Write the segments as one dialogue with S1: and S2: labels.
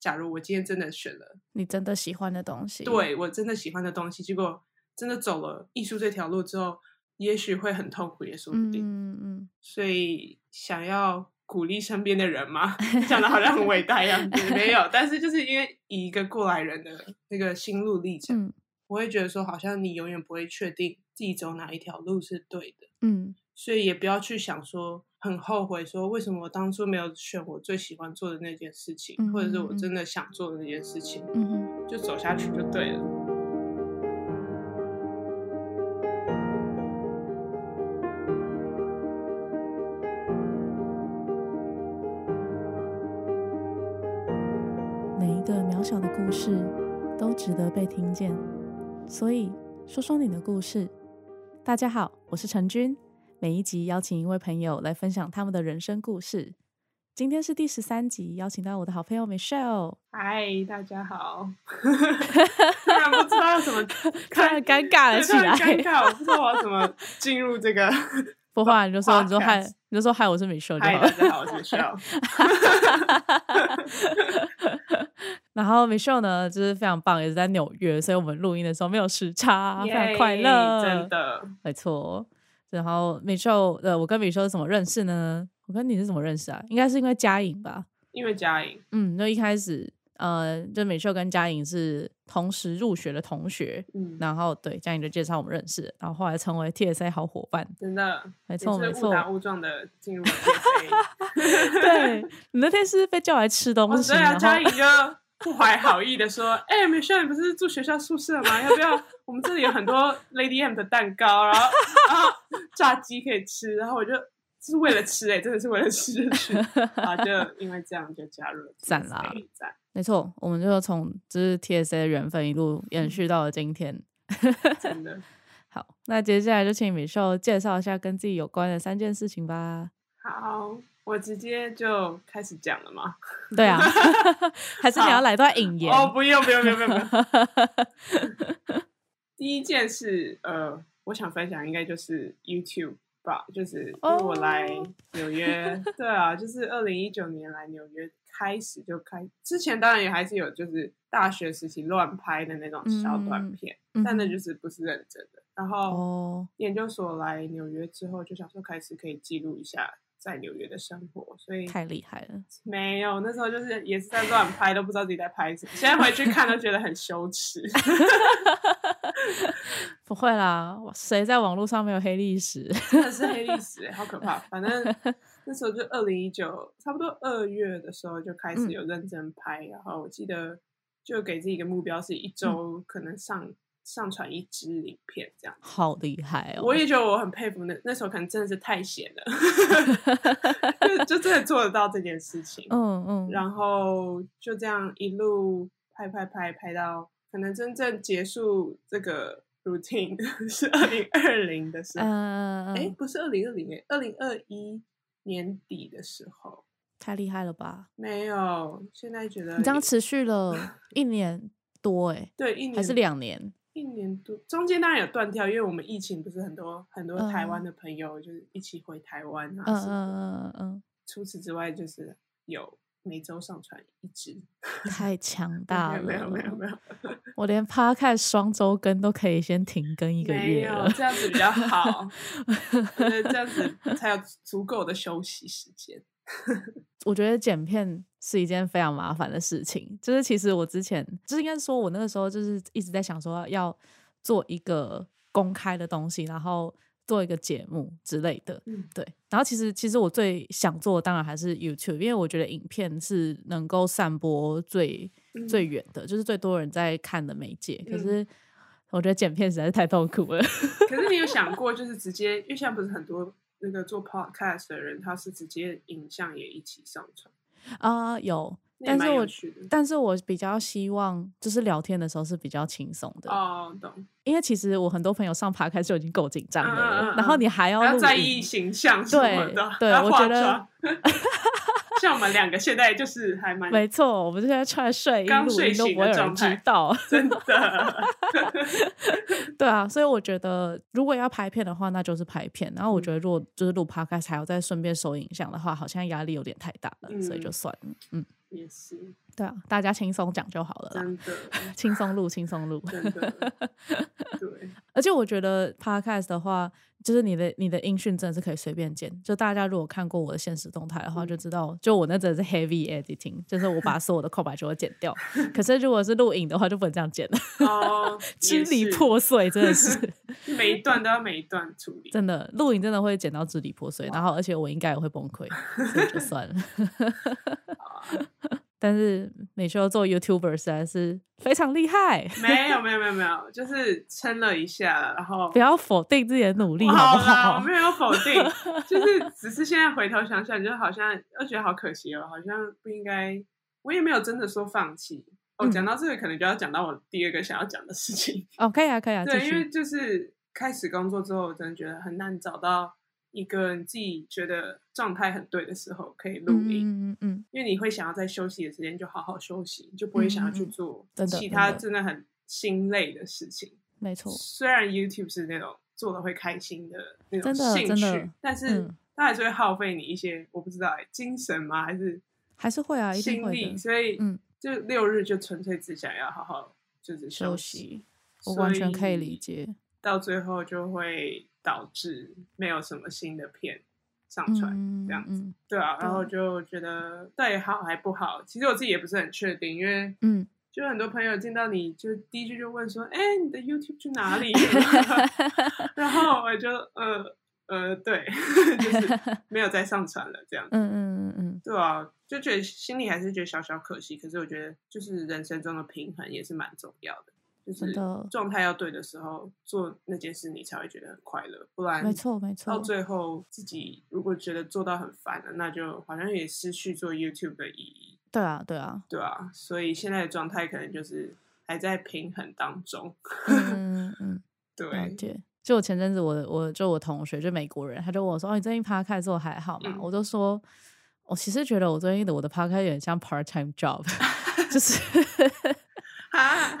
S1: 假如我今天真的选了，
S2: 你真的喜欢的东西。，
S1: 对我真的喜欢的东西，结果真的走了艺术这条路之后，也许会很痛苦，也说不
S2: 嗯
S1: 定。
S2: 嗯嗯，
S1: 所以想要鼓励身边的人 嘛，讲的好像很伟大一样，也没有。但是就是因为以一个过来人的那个心路历程，
S2: 嗯
S1: 我会觉得说，好像你永远不会确定自己走哪一条路是对的，
S2: 嗯
S1: 所以也不要去想说很后悔，说为什么我当初没有选我最喜欢做的那件事情，或者是我
S2: 嗯嗯嗯
S1: 真的想做的那件事情，
S2: 嗯哼，
S1: 就走下去就对了。
S2: 每一个渺小的故事都值得被听见，所以说说你的故事。大家好，我是陈君。每一集邀请一位朋友来分享他们的人生故事。今天是第十三集，邀请到我的好朋友 Michelle，
S1: 嗨，大家 好！突然不知道要怎么
S2: 突
S1: 开
S2: 然尴尬了
S1: 对
S2: 起
S1: 突然尴
S2: 来。
S1: 尬，我不知道我要怎么进入这 个。
S2: 不会啊，你就说 你就说嗨
S1: Podcast，
S2: 你就说嗨，我是 Michelle
S1: 嗨，
S2: 就好
S1: 大
S2: 了。
S1: 家好，我是 Michelle。
S2: 然后 Michelle 呢，就是非常棒，也是在纽约，所以我们录音的时候没有时差，非常快
S1: Yay，
S2: 乐，
S1: 真，的。
S2: 没错。哦然后 Michelle，呃，我跟 Michelle 是怎么认识呢？我跟你是怎么认识啊？应该是因为嘉颖吧？
S1: 因为嘉颖，
S2: 嗯，就一开始，呃，就 Michelle 跟嘉颖是同时入学的同学，
S1: 嗯，
S2: 然后对嘉颖就介绍我们认识，然后后来成为 TSA 好伙伴。
S1: 真的
S2: 没
S1: 也
S2: 错，没
S1: 是
S2: 错
S1: 误，打误撞的进入 TSA。
S2: 对你那天是不是被叫来吃东
S1: 哦，
S2: 西，
S1: 对啊，
S2: 然后
S1: 嘉颖就不怀好意的说：“哎、美秀，你不是住学校宿舍吗？要不要？我们这里有很多 Lady M 的蛋糕，然后然后炸鸡可以吃。”然后我就。是为了吃哎、真的是为了吃就去啊！就因为这样就加入了
S2: 赞
S1: TSA
S2: 啦
S1: 赞！
S2: 没错，我们就从就是 TSA 的缘分一路延续到了今天。
S1: 真的
S2: 好，那接下来就请米秀介绍一下跟自己有关的三件事情吧。
S1: 好，我直接就开始讲了嘛。
S2: 对 啊， 还是你要
S1: 好
S2: 来段引言？
S1: 哦，不用不用不用不用不用。 第一件事，呃，我想分享应该就是 YouTube 吧，就是因为我来
S2: 哦
S1: 纽约，对啊，就是二零一九年来纽约开始就开，之前当然也还是有就是大学时期乱拍的那种小短
S2: 嗯
S1: 片，
S2: 嗯
S1: 但那就
S2: 哼
S1: 是不是认真的。然后
S2: 哦，
S1: 研究所来纽约之后，就想说开始可以记录一下在纽约的生活，所以
S2: 太厉害了！
S1: 没有，那时候就是也是在乱拍，都不知道自己在拍什么。现在回去看都觉得很羞 耻。
S2: 不会啦，哇谁在网络上没有黑历史？
S1: 真的是黑历史、欸，好可怕。反正那时候就二零一九，差不多二月的时候就开始
S2: 嗯
S1: 有认真拍，然后我记得就给自己一个目标是一
S2: 嗯
S1: 周可能上、上传一支影片这样。
S2: 好厉害哦！
S1: 我也觉得我很佩服那那时候可能真的是太闲 了， 就就真的做得到这件事情。
S2: 嗯嗯，
S1: 然后就这样一路拍拍拍拍到可能真正结束这个 routine 是二零二零的时候，
S2: 嗯嗯
S1: 哎、
S2: 嗯，
S1: 不是二零二零哎，二零二一年底的时候
S2: 太厉害了吧？
S1: 没有，现在觉得
S2: 你这样
S1: 也
S2: 持续了一年多哎，
S1: 对一年
S2: 还是两年？
S1: 一年多，中间当然有断掉，因为我们疫情不是很多很多台湾
S2: 嗯
S1: 的朋友就是一起回台湾啊
S2: 嗯
S1: 什么的
S2: 嗯 嗯嗯
S1: 除此之外就是有每周上传一支，
S2: 嗯，太强大了！
S1: 没有没有没有没有。
S2: 我连 podcast 双周更都可以先停更一个
S1: 没
S2: 月
S1: 有
S2: 了。
S1: 这样子比较 好，我觉得这样子才有足够的休息时间。
S2: 我觉得剪片是一件非常麻烦的事情，就是其实我之前就是应该说，我那个时候就是一直在想说要做一个公开的东西，然后做一个节目之类的。
S1: 嗯，
S2: 对，然后其实其实我最想做的当然还是 YouTube，因为我觉得影片是能够散播最、最远的，就是最多人在看的媒介。可
S1: 嗯
S2: 是我觉得剪片实在是太痛苦了。
S1: 可是你有想过，就是直接，因为现在不是很多那个做 podcast 的人，他是直接影像也一起上传，
S2: 啊、有，
S1: 那也
S2: 但是
S1: 蛮有
S2: 我
S1: 趣的。
S2: 但是我比较希望就是聊天的时候是比较轻松的，
S1: 哦，懂，
S2: 因为其实我很多朋友上爬开就已经够紧张了，
S1: 嗯嗯嗯
S2: 然后你还要
S1: 还要
S2: 录
S1: 在
S2: 影
S1: 意形象什么的，
S2: 对对
S1: 还要化
S2: 我觉得
S1: 妆。像我们两个现在就是还蛮
S2: 没错，我们现在穿睡衣
S1: 刚
S2: 录
S1: 睡
S2: 音都
S1: 醒
S2: 不会
S1: 的
S2: 有人
S1: 状态
S2: 知道，
S1: 真的，
S2: 对啊，所以我觉得如果要拍片的话，那就是拍片。然后
S1: 嗯
S2: 我觉得如果就是录 podcast 还要再顺便收影像的话，好像压力有点太大了，所以就
S1: 嗯
S2: 算了。嗯，
S1: 也是
S2: 对啊，大家轻松讲就好了啦，
S1: 真的，
S2: 轻松录，轻松录。
S1: 真的， 对，
S2: 而且我觉得 podcast 的话，就是你的你的音讯真的是可以随便剪。就大家如果看过我的现实动态的话，
S1: 嗯
S2: 就知道，就我那真的是 heavy editing，就是我 把所有的空白全部剪掉。可是如果是录影的话，就不能这样剪了，
S1: 哦，
S2: 支
S1: 也
S2: 离
S1: 是，
S2: 破碎，真的是
S1: 每一段都要每一段处理，
S2: 真的录影真的会剪到支离破碎。然后，而且我应该也会崩溃，所以就 算了。但是美秀做 YouTuber 实在是非常厉害，
S1: 没有没有没有没有，就是撑了一下，然后
S2: 不要否定自己的努力，好
S1: 好
S2: 不
S1: 啦我
S2: 好？
S1: 没有否定，就是只是现在回头想想，就好像又觉得好可惜哦，好像不应该，我也没有真的说放弃。哦，
S2: 嗯
S1: 讲到这个，可能就要讲到我第二个想要讲的事情。
S2: 哦，可以啊，可以啊，继
S1: 对，因为
S2: 续。
S1: 就是开始工作之后，我真的觉得很难找到一个你自己觉得状态很对的时候可以录音，
S2: 嗯嗯嗯嗯，
S1: 因为你会想要在休息的时间就好好休息，就不会想要去
S2: 嗯嗯嗯
S1: 做
S2: 真的
S1: 其
S2: 真
S1: 他
S2: 的
S1: 真的很心累的事情。
S2: 没错。
S1: 虽然 YouTube 是那种做的会开心的那种
S2: 真的
S1: 兴
S2: 真的
S1: 趣，但是
S2: 嗯
S1: 它还是会耗费你一些我不知道、欸、精神吗？还是
S2: 还是会啊，一定
S1: 心
S2: 会
S1: 力？
S2: 的。
S1: 所以
S2: 嗯，
S1: 就六日就纯粹只想要好好就是
S2: 休
S1: 息，
S2: 息，我完全可以
S1: 所
S2: 理解。
S1: 到最后就会导致没有什么新的片上传，
S2: 嗯，
S1: 这样子
S2: 嗯
S1: 对啊，然后
S2: 对
S1: 就觉得到底好还不好，其实我自己也不是很确定，因为。
S2: 嗯，
S1: 就很多朋友见到你就第一句就问说：“哎、你的 YouTube 去哪里？” 然后我就呃呃，对， 就是没有再上传了，这样
S2: 嗯。嗯嗯嗯，
S1: 对啊，就觉得心里还是觉得小小可惜，可是我觉得就是人生中的平衡也是蛮重要的，就是
S2: 真的
S1: 状态要对的时候做那件事，你才会觉得很快乐，不然
S2: 没错没错
S1: 到。最后自己如果觉得做到很烦了，那就好像也失去做 YouTube 的意义。
S2: 对啊对 啊，
S1: 对啊，所以现在的状态可能就是还在平衡当中。
S2: 嗯嗯嗯
S1: 对，
S2: 嗯，了解。就我前阵子我，的我就我同学就美国人，他就问我说：“哦，你最近 podcast 做得还好吗？”
S1: 嗯
S2: 我就说：“我其实觉得我最近的我的 podcast 有点像 part time job，就是
S1: 啊，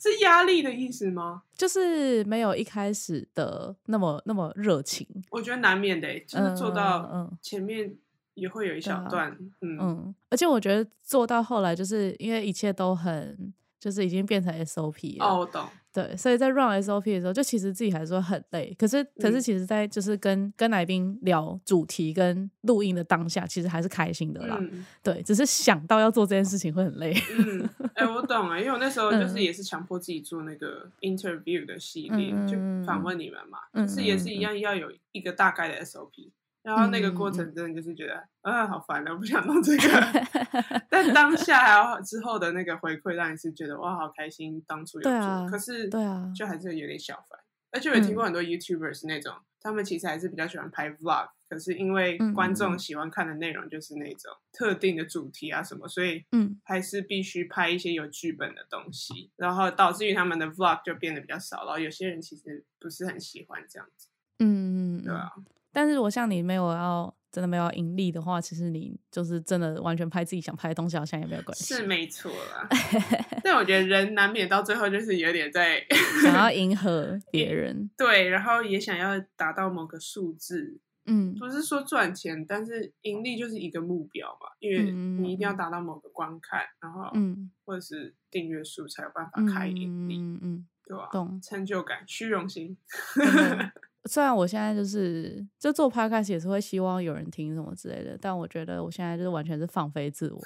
S1: 是压力的意思吗？
S2: 就是没有一开始的那么那么热情。
S1: 我觉得难免的欸、就是做到
S2: 嗯嗯
S1: 前面也会有一
S2: 对
S1: 小
S2: 啊
S1: 段，嗯
S2: 嗯，而且我觉得做到后来，就是因为一切都很，就是已经变成 SOP 了。
S1: 哦，我懂，
S2: 对，所以在 run SOP 的时候，就其实自己还是会很累。可是，可是
S1: 嗯
S2: 其实，在就是跟跟来宾聊主题跟录音的当下，其实还是开心的啦。
S1: 嗯
S2: 对，啊只是想到要做这件事情会很累。
S1: 嗯，哎、 我懂啊、因为我那时候就是
S2: 嗯
S1: 也是强迫自己做那个 interview 的系列，
S2: 嗯嗯
S1: 就
S2: 嗯
S1: 访
S2: 嗯
S1: 问你们嘛，
S2: 嗯
S1: 就是也
S2: 嗯
S1: 是一
S2: 嗯
S1: 样要有一个大概的 SOP。然后那个过程真的就是觉得，啊，好烦啊，我不想弄这 个。但当下还有之后的那个回馈，让你是觉得哇，好开心，当初有做，
S2: 对啊
S1: 可是
S2: 对啊
S1: 就还是有点小烦。而且我也听过很多 YouTuber 是那种，他们其实还是比较喜欢拍 Vlog，可是因为
S2: 嗯嗯
S1: 观众
S2: 嗯
S1: 喜欢看的内容就是那种特定的主题啊什么，所以
S2: 嗯，
S1: 还是必须拍一些有剧本的东西，然后导致于他们的 Vlog 就变得比较少，然后有些人其实不是很喜欢这样子，
S2: 嗯，嗯
S1: 对啊。
S2: 但是如果像你没有要真的没有要盈利的话，其实你就是真的完全拍自己想拍的东西，好像也没有关系
S1: 是。没错 啦。但我觉得人难免到最后就是有点在
S2: 想要迎合别人，
S1: 对，然后也想要达到某个数字，
S2: 嗯，
S1: 不是说赚钱，但是盈利就是一个目标嘛，因为
S2: 嗯嗯
S1: 你一定要
S2: 嗯
S1: 达到某个观看，然后
S2: 嗯
S1: 或者是订阅数才有办法
S2: 嗯
S1: 啊开盈利，
S2: 嗯嗯嗯，
S1: 对吧、
S2: 懂。
S1: 成就感、虚荣心，
S2: 真的虽然我现在就是就做 podcast 也是会希望有人听什么之类的，但我觉得我现在就是完全是放飞自我，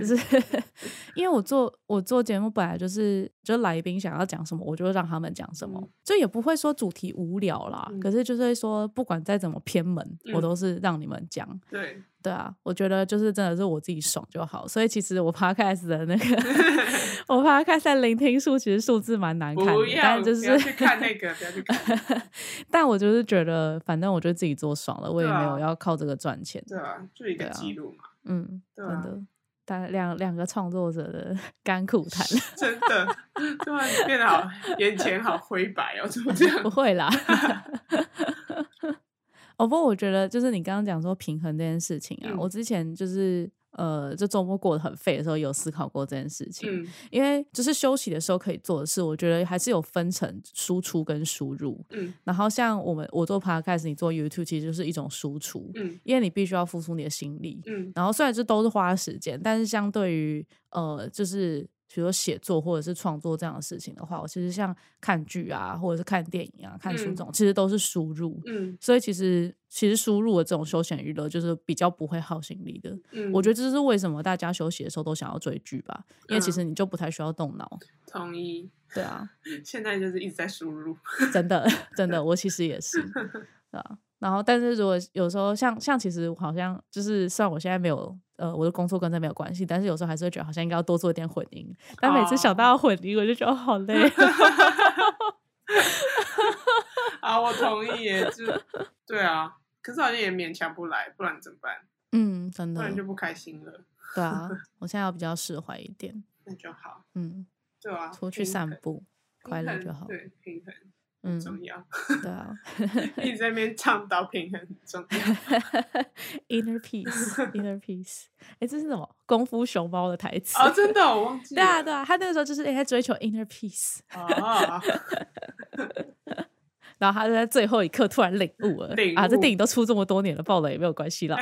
S2: 就是 因为我做我做节目本来就是就来宾想要讲什么，我就会让他们讲什么
S1: 嗯，
S2: 就也不会说主题无聊啦，
S1: 嗯
S2: 可是就是会说不管再怎么偏门，我
S1: 嗯
S2: 都是让你们讲。
S1: 对，
S2: 对啊，我觉得就是真的是我自己爽就好，所以其实我 podcast 的那个 我 podcast 的聆听数其实数字蛮难看的
S1: 不，要
S2: 但就
S1: 不
S2: 是
S1: 要去看那个，不要去看，
S2: 但我就是觉得，反正我就自己做爽了，我也
S1: 对啊
S2: 没有要靠这个赚钱。
S1: 对啊，就一个
S2: 对啊
S1: 记录嘛，
S2: 嗯，
S1: 对
S2: 真
S1: 啊
S2: 的，但两两个创作者的 甘苦谈，
S1: 真的， 突然变得好眼前好灰白哦，怎么这样
S2: 不？会啦。哦，不过我觉得就是你刚刚讲说平衡这件事情啊，
S1: 嗯
S2: 我之前就是。呃，这周末过得很废的时候，有思考过这件事情。
S1: 嗯
S2: 因为就是休息的时候可以做的事，我觉得还是有分成输出跟输入。
S1: 嗯
S2: 然后像我们我做 podcast，你做 YouTube，其实就是一种输出，
S1: 嗯
S2: 因为你必须要付出你的心力。
S1: 嗯
S2: 然后虽然这都是花时间，但是相对于呃，就是比如说写作或者是创作这样的事情的话，我其实像看剧啊，或者是看电影啊、看书这种，其实都是输入。
S1: 嗯
S2: 所以其实其实输入的这种休闲娱乐，就是比较不会耗心力的。
S1: 嗯，
S2: 我觉得这是为什么大家休息的时候都想要追剧吧，因为其
S1: 嗯
S2: 实你就不太需要动脑。
S1: 同意。
S2: 对啊，
S1: 现在就是一直在输入，
S2: 真的 真的，我其实也是对啊。然后，但是如果有时候像像，其实我好像就是，虽然我现在没有呃我的工作跟这没有关系，但是有时候还是会觉得好像应该要多做一点混音。但每次想
S1: 哦
S2: 到要混音，我就觉得哦好 累。
S1: 啊，我同意耶，就对啊，可是好像也勉强不来，不然怎么办？
S2: 嗯，真
S1: 不
S2: 的
S1: 然，就不开心了，
S2: 对啊，我现在要比较释怀一点。
S1: 那就好，
S2: 嗯，
S1: 对啊，
S2: 出去
S1: 平衡
S2: 散步，快乐就好。
S1: 平衡对，平衡
S2: 嗯，
S1: 重要，
S2: 对啊
S1: 一直在那边倡导平衡很重 要。
S2: ，inner peace，inner peace。哎、这是什么？功夫熊猫的台词？
S1: 哦，真的，我忘记
S2: 对啊，对
S1: 啊，
S2: 啊，他那个时候就是、欸、在追求 inner peace，
S1: 哦，
S2: 然后他就在最后一刻突然领悟了
S1: 领
S2: 啊！这
S1: 悟
S2: 电影都出这么多年了，爆了也没有关系啦，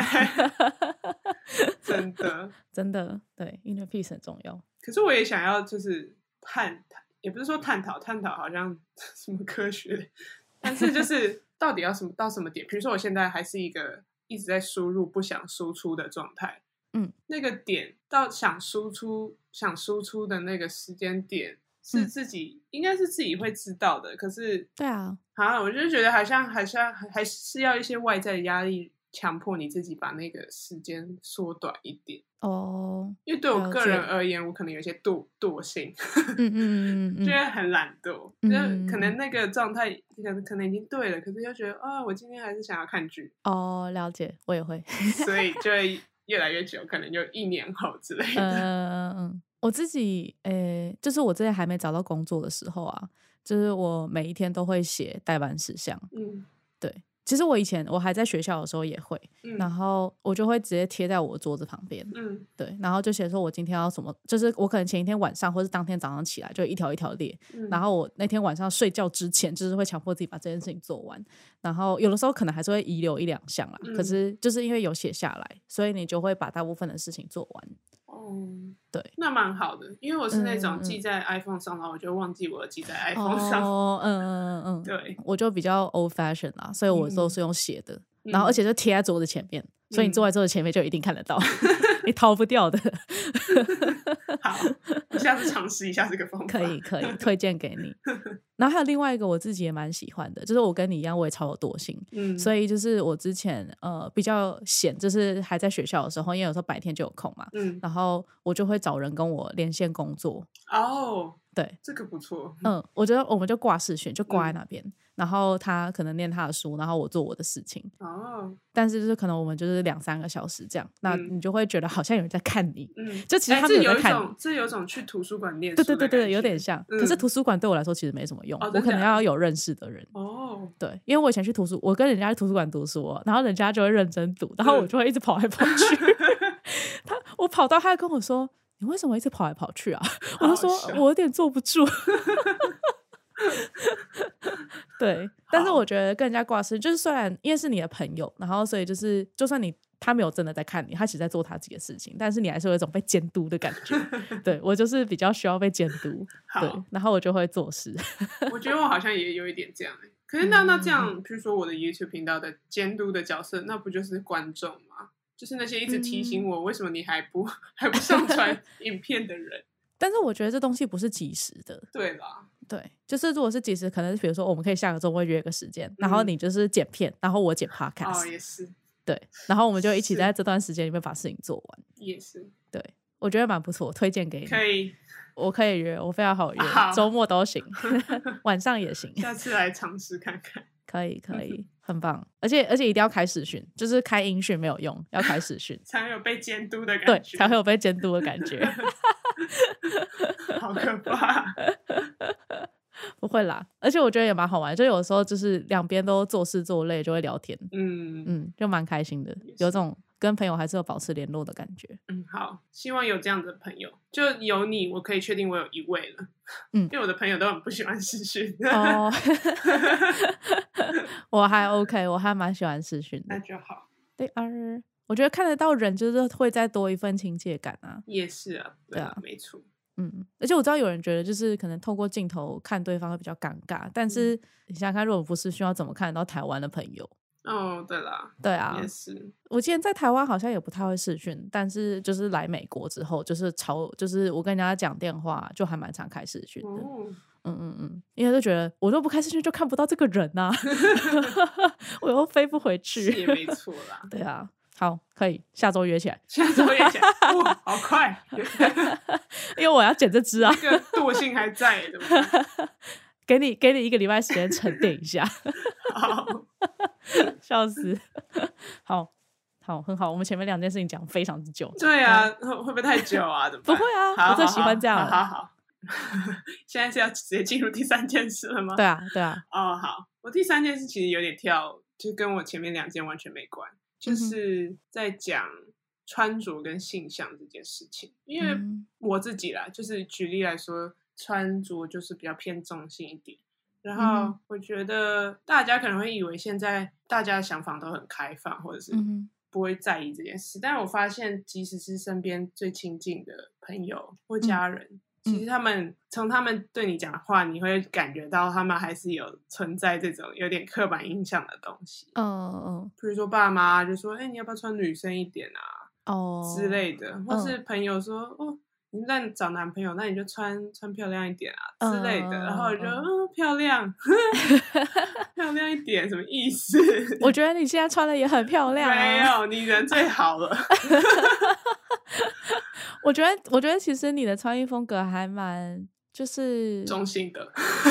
S1: 真的。
S2: 真的，对 inner peace 很重要。
S1: 可是我也想要，就是探讨，也不是说探讨，探讨好像 什么科学，但是就是到底要什么到什么点？比如说我现在还是一个一直在输入不想输出的状态，
S2: 嗯，
S1: 那个点到想输出想输出的那个时间点是
S2: 嗯
S1: 自己、应该是自己会知道的，可是
S2: 对啊，
S1: 啊，我就觉得好像好像还还是要一些外在的压力强迫你自己把那个时间缩短一点。
S2: 哦，
S1: 因为对
S2: 了
S1: 我个人
S2: 解
S1: 而言，我可能有些惰惰性，
S2: 嗯嗯嗯 嗯
S1: 就
S2: 嗯，
S1: 是很懒惰，就是可能那个状态可能可能已经对了，可是又觉得啊、我今天还是想要看剧，
S2: 哦，了解，我也会，
S1: 所以就会越来越久，可能就一年后之类
S2: 嗯嗯
S1: 的。
S2: 嗯嗯，我自己，呃、就是我之前还没找到工作的时候啊，就是我每一天都会写代办事项，
S1: 嗯
S2: 对。其实我以前我还在学校的时候也会，然
S1: 嗯
S2: 后我就会直接贴在我桌子旁边，
S1: 嗯
S2: 对，然后就写说我今天要什么，就是我可能前一天晚上或是当天早上起来就一条一条列，
S1: 嗯，
S2: 然后我那天晚上睡觉之前就是会强迫自己把这件事情做完，然后有的时候可能还是会遗留一两项啦，可
S1: 嗯
S2: 是就是因为有写下来，所以你就会把大部分的事情做完。
S1: 哦，
S2: 对，
S1: 那蛮好的，因为我是那
S2: 嗯嗯
S1: 种
S2: 嗯
S1: 记在 iPhone 上，然后我就忘记我记在 iPhone 上。
S2: 哦，嗯嗯嗯嗯，
S1: 哎对，
S2: 我就比较 old fashion 啦，所以我都
S1: 嗯
S2: 是用写的，然后而
S1: 嗯
S2: 且就贴在桌子前面，所以你坐在桌子前面就一定看得 到，你逃不掉的。
S1: 好，我下次尝试一下这个方法。
S2: 可以，可以，推荐给 你。然后还有另外一个我自己也蛮喜欢的，就是我跟你一样，我也超有惰性，
S1: 嗯，
S2: 所
S1: 以
S2: 以就是我之前呃比较闲，就是还在学校的时候，因为有时候白天就有空嘛，
S1: 嗯，
S2: 然后我就会找人跟我连线工作。
S1: 哦，
S2: 对，
S1: 这个不错。
S2: 嗯，我觉得我们就挂视讯，就挂在
S1: 嗯
S2: 那边，然后他可能念他的书，然后我做我的事情。
S1: 哦，
S2: 但是就是可能我们就是两三个小时这样，那
S1: 嗯
S2: 你就会觉得好像有人在看你，
S1: 嗯，
S2: 就其实
S1: 哎
S2: 他
S1: 这
S2: 们
S1: 有
S2: 在
S1: 一
S2: 看你
S1: 种，这有种去图书馆念书的
S2: 对对对对，
S1: 感
S2: 有
S1: 觉
S2: 点像。可是
S1: 嗯
S2: 图书馆对我来说其实没什么用，
S1: 哦
S2: 我
S1: 真
S2: 可能
S1: 的
S2: 要有认识的人。
S1: 哦，
S2: 对，因为我以前去图书，我跟人家去图书馆读书哦，然后人家就会认真读，然后我就会一直跑来跑去。 他我跑到，他就跟我说：“你为什么一直跑来跑去啊？” 我就
S1: 好
S2: 说：“
S1: 笑
S2: 我有点坐不住。”对，但是
S1: 好
S2: 我觉得跟人家挂失，就是虽然因为是你的朋友，然后所以就是，就算你他没有真的在看你，他只是在做他自己的事情，但是你还是有一种被监督的感 觉。对我就是比较需要被监督，对
S1: 好，，
S2: 然后我就会做事。
S1: 我觉得我好像也有一点这样、欸。可是那那
S2: 嗯
S1: 这样，比如说我的 YouTube 频道的监督的角色，那不就是观众吗？就是那些一直提
S2: 嗯
S1: 醒我为什么你还不还不上传 影片的人，
S2: 但是我觉得这东西不是及时的，
S1: 对啦，
S2: 对，就是如果是几时，可能比如说我们可以下个周末约个时间，然后
S1: 嗯
S2: 你就是剪片，然后我剪
S1: 哦
S2: podcast，、
S1: 也是
S2: 对，然后我们就一起
S1: 是
S2: 在这段时间里面把事情做完。
S1: 也是
S2: 对，我觉得蛮不错，推荐给你。
S1: 可以，
S2: 我可以约，我非常好约，
S1: 好
S2: 周末 都行，晚上也行，
S1: 下次来尝试看看。，
S2: 可以可以，很棒。而且而且一定要开视讯，就是开音讯没有用，要开视讯
S1: 才有被监督的
S2: 对
S1: 感，觉，
S2: 才会有被监督的感 觉。
S1: 好可怕。
S2: 不会啦，而且我觉得也蛮好玩，就有时候就是两边都做事做累，就会聊天。
S1: 嗯
S2: 嗯，就蛮开心的
S1: 也，
S2: 有
S1: 是
S2: 种跟朋友还是有保持联络的感觉。
S1: 嗯，好，希望有这样的朋友，就有你，我可以确定我有一位了。
S2: 嗯
S1: 因为我的朋友都很不喜欢视讯。
S2: 哦， 我还 OK，我还蛮喜欢视讯
S1: 那
S2: 的。
S1: 就好，
S2: 对啊，我觉得看得到人就是会再多一份亲切感啊。
S1: 也是啊，对
S2: 对啊
S1: 没错，
S2: 嗯，而且我知道有人觉得就是可能透过镜头看对方会比较尴尬，
S1: 嗯
S2: 但是你想想看，如果不是需要怎么看得到台湾的朋友？
S1: 哦，对啦，
S2: 对啊
S1: 也，是，
S2: 我之前在台湾好像也不太会视讯，但是就是来美国之后，就是超就是我跟人家讲电话就还蛮常开视讯的。
S1: 哦，
S2: 嗯嗯嗯，因为就觉得我都不开视讯就看不到这个人 呐、我又飞不回
S1: 是也
S2: 去。
S1: 没错啦。
S2: 对啊，好，可以下周约起来，
S1: 下周也想，哇，好 快，
S2: 因为我要剪这支啊，
S1: 这个惰性还在，怎么办
S2: 给你给你一个礼拜时间沉淀一下。
S1: 好？
S2: 笑死！ 好好很好，我们前面两件事情讲非常之久，
S1: 对啊，会会不会太久啊？怎么
S2: 嗯不
S1: 办
S2: 会啊，
S1: 好
S2: 我最喜欢这样
S1: 好
S2: 了。
S1: 好好好， 现在是要直接进入第三件事了吗？
S2: 对啊，对啊，
S1: 哦，好，我第三件事其实有点跳，就跟我前面两件完全没关，就
S2: 嗯哼
S1: 是在讲穿着跟性向这件事情。因为
S2: 嗯
S1: 我自己啦，就是举例来说，穿着就是比较偏中性一点。然
S2: 嗯
S1: 后我觉得大家可能会以为现在大家的想法都很开放，或者是
S2: 嗯哼
S1: 不会在意这件事。但我发现，即使是身边最亲近的朋友
S2: 嗯
S1: 或家人，其实他们从他们对你讲的话，你会感觉到他们还是有存在这种有点刻板印象的东西。
S2: 嗯
S1: 比如说爸妈就说：“哎、你要不要穿女生一点啊
S2: 嗯哦
S1: 之类的？”或是朋友说：“哦。”你在找男朋友，那你就穿穿漂亮一点啊之类的。
S2: 嗯
S1: 然后我就
S2: 嗯
S1: 嗯，漂亮， 漂亮一点，什么意思？
S2: 我觉得你现在穿的也很 漂亮、
S1: 没
S2: 啊。
S1: 有，你人最好了。
S2: 我觉得，我觉得其实你的穿衣风格还蛮，就是
S1: 中性的，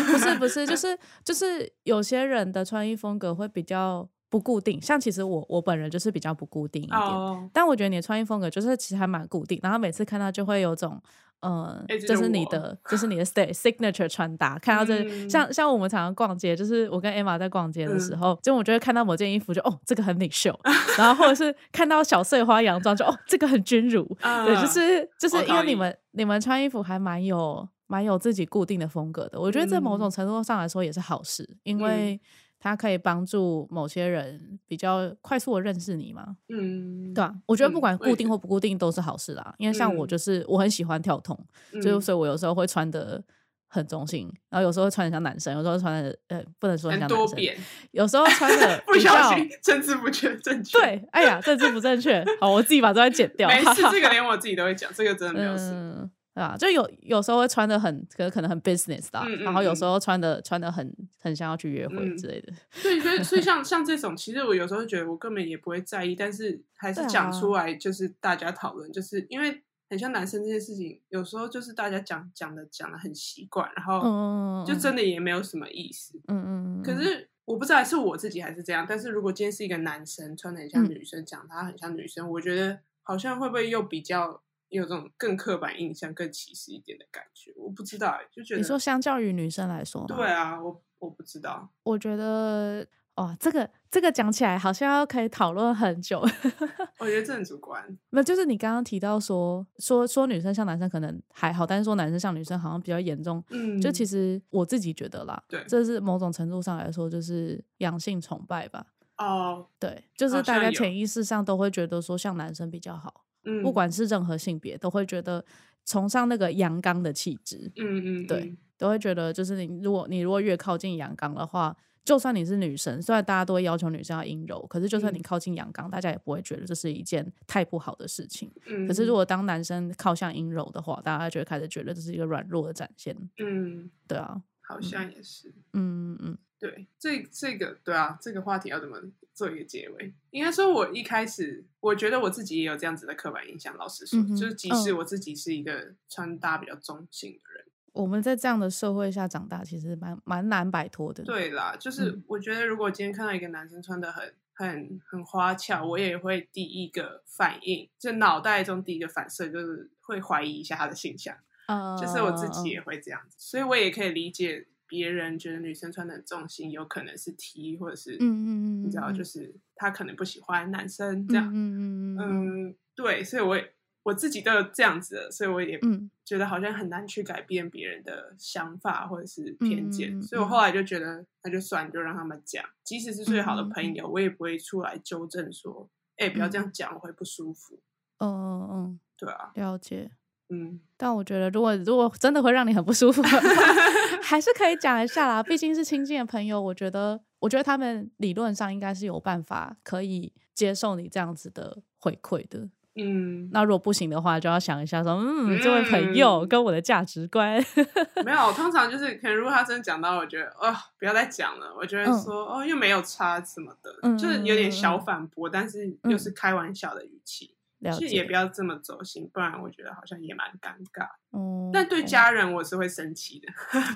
S2: 不是不是，就是就是有些人的穿衣风格会比较不固定，像其实我我本人就是比较不固定一点。
S1: 哦，
S2: 但我觉得你的穿衣风格就是其实还蛮固定，然后每次看到就会有种，呃，
S1: 哎诶这
S2: 这
S1: 就是
S2: 你
S1: 我
S2: 的，这是你的 stay signature 穿搭。看到这，
S1: 嗯
S2: 像像我们常常逛街，就是我跟 Emma 在逛街的时候，就我就会看到某件衣服就哦，这个很领袖，然后或者是看到小碎花洋装就哦，这个很君如。对，就
S1: 啊
S2: 是就是
S1: 我
S2: 因为
S1: 同
S2: 你
S1: 意
S2: 们你们穿衣服还蛮有蛮有自己固定的风格的，我觉得这某种
S1: 嗯
S2: 程度上来说也是好事，因
S1: 嗯
S2: 为它可以帮助某些人比较快速的认识你嘛。
S1: 嗯，
S2: 对啊，我觉得不
S1: 嗯
S2: 管
S1: 我也
S2: 固定
S1: 觉
S2: 或不固定都是好事啦，因为像我
S1: 嗯
S2: 就是我很喜欢跳痛，
S1: 嗯，
S2: 就所以我有时候会穿的很中性，然后有时候会穿的像男生，有时候穿的呃不能说
S1: 很
S2: 很像
S1: 多
S2: 男生，
S1: 变，
S2: 有时候穿的
S1: 不
S2: 比较
S1: 小心政治不确正确，，
S2: 对，哎呀，政治不正确，好，我自己把这段剪掉，
S1: 没事
S2: 哈，哈
S1: 这个连我自己都会讲，这个真的没有事，
S2: 嗯，对啊，就有有时候会穿的很可可能很 business 的啊、
S1: 嗯嗯
S2: 然后有
S1: 嗯
S2: 时候穿的穿的很很像要去约会
S1: 嗯
S2: 之类的，
S1: 对，所以所以像像这种，其实我有时候觉得我根本也不会在意，但是还是
S2: 对啊
S1: 讲出来，就是大家讨论，就是因为很像男生这件事情，有时候就是大家讲讲的讲的很习惯，然后
S2: 嗯，
S1: 哦就真
S2: 的，
S1: 的也没有什么意思，
S2: 嗯嗯，
S1: 可
S2: 嗯
S1: 是我不知道是我自己还是这样，但是如果今天是一个男生穿的很像
S2: 嗯
S1: 女生，讲他很像女生，我觉得好像会不会又比较有种更刻板印象、更歧视一点的感觉？我不知道、欸，就觉得
S2: 你说相较于女生来说吗，
S1: 对啊，我我不知道，
S2: 我觉得哦，这个这个讲起来好像要可以讨论很久。
S1: 我觉得这很主观，
S2: 那就是你刚刚提到说说说女生像男生可能还好，但是说男生像女生好像比较严重。
S1: 嗯，
S2: 就其
S1: 实
S2: 实我自己觉得啦，
S1: 对
S2: 这是某种程度上来说就是阳性崇拜吧。
S1: 哦，
S2: 对，就是
S1: 好
S2: 大
S1: 像
S2: 家
S1: 有
S2: 潜意识上都会觉得说像男生比较好，
S1: 嗯，
S2: 不，管是任何性别，都会觉得崇尚那个阳刚的气质。
S1: 嗯嗯，
S2: 对
S1: 嗯，
S2: 都会觉得，就是你如果你如果越靠近阳刚的话，就算你是女生，虽然大家都会要求女生要阴柔，可是就算你
S1: 嗯
S2: 靠近阳刚，大家也不会觉得这是一件太不好的事情。
S1: 嗯，
S2: 可是如果当男生靠向阴柔的话，大家就会开始觉得这是一个软弱的展现。
S1: 嗯，
S2: 对啊，
S1: 好像也是，
S2: 嗯嗯
S1: 对，这这个对啊，这个话题要怎么做一个结尾？应该说，我一开始我觉得我自己也有这样子的刻板印象。老实说，
S2: 嗯哼
S1: 就是即使
S2: 嗯
S1: 我自己是一个穿搭比较中性的人，
S2: 我们在这样的社会下长大，其实蛮蛮难摆脱的。
S1: 对啦，就是
S2: 嗯
S1: 我觉得如果今天看到一个男生穿的很很很花俏，我也会第一个反应，就脑袋中第一个反射就是会怀疑一下他的形象，
S2: 呃，
S1: 就是我自己也会这样子，所以我也可以理解别人觉得女生穿的很中性，有可能是 T 或者是
S2: 嗯，嗯嗯嗯，
S1: 你知道，就是是他可能不喜欢男生这样。
S2: 嗯嗯嗯嗯嗯，
S1: 嗯，对，所以我也我自己都有这样子的，所以我也
S2: 嗯
S1: 觉得好像很难去改变别人的想法或者是偏见，
S2: 嗯嗯嗯
S1: 所以我后来就觉得那就算，就让他们讲，即使是最好
S2: 嗯
S1: 的朋友，我也不会出来纠正说，哎、不要这样讲，我会不舒服。
S2: 嗯嗯嗯，
S1: 对啊，
S2: 了解。
S1: 嗯，
S2: 但我觉得，如果如果真的会让你很 不舒服的话还是可以讲一下啦。毕竟是亲近的朋友，我觉得，我觉得他们理论上应该是有办法可以接受你这样子的回馈的。
S1: 嗯，
S2: 那如果不行的话，就要想一下说，嗯，这位朋友
S1: 嗯
S2: 跟我的价值观，
S1: 没有，通常就是可能如果他真的讲到，我觉得哦，不要再讲了，我就会说、哦，又没有差什么的，
S2: 嗯
S1: 就是有点小反驳，但是又是开玩笑的语气，
S2: 了
S1: 就
S2: 解，
S1: 也不要这么走心，不然我觉得好像也蛮尴尬。
S2: 嗯，
S1: 但对家人我是会生气的，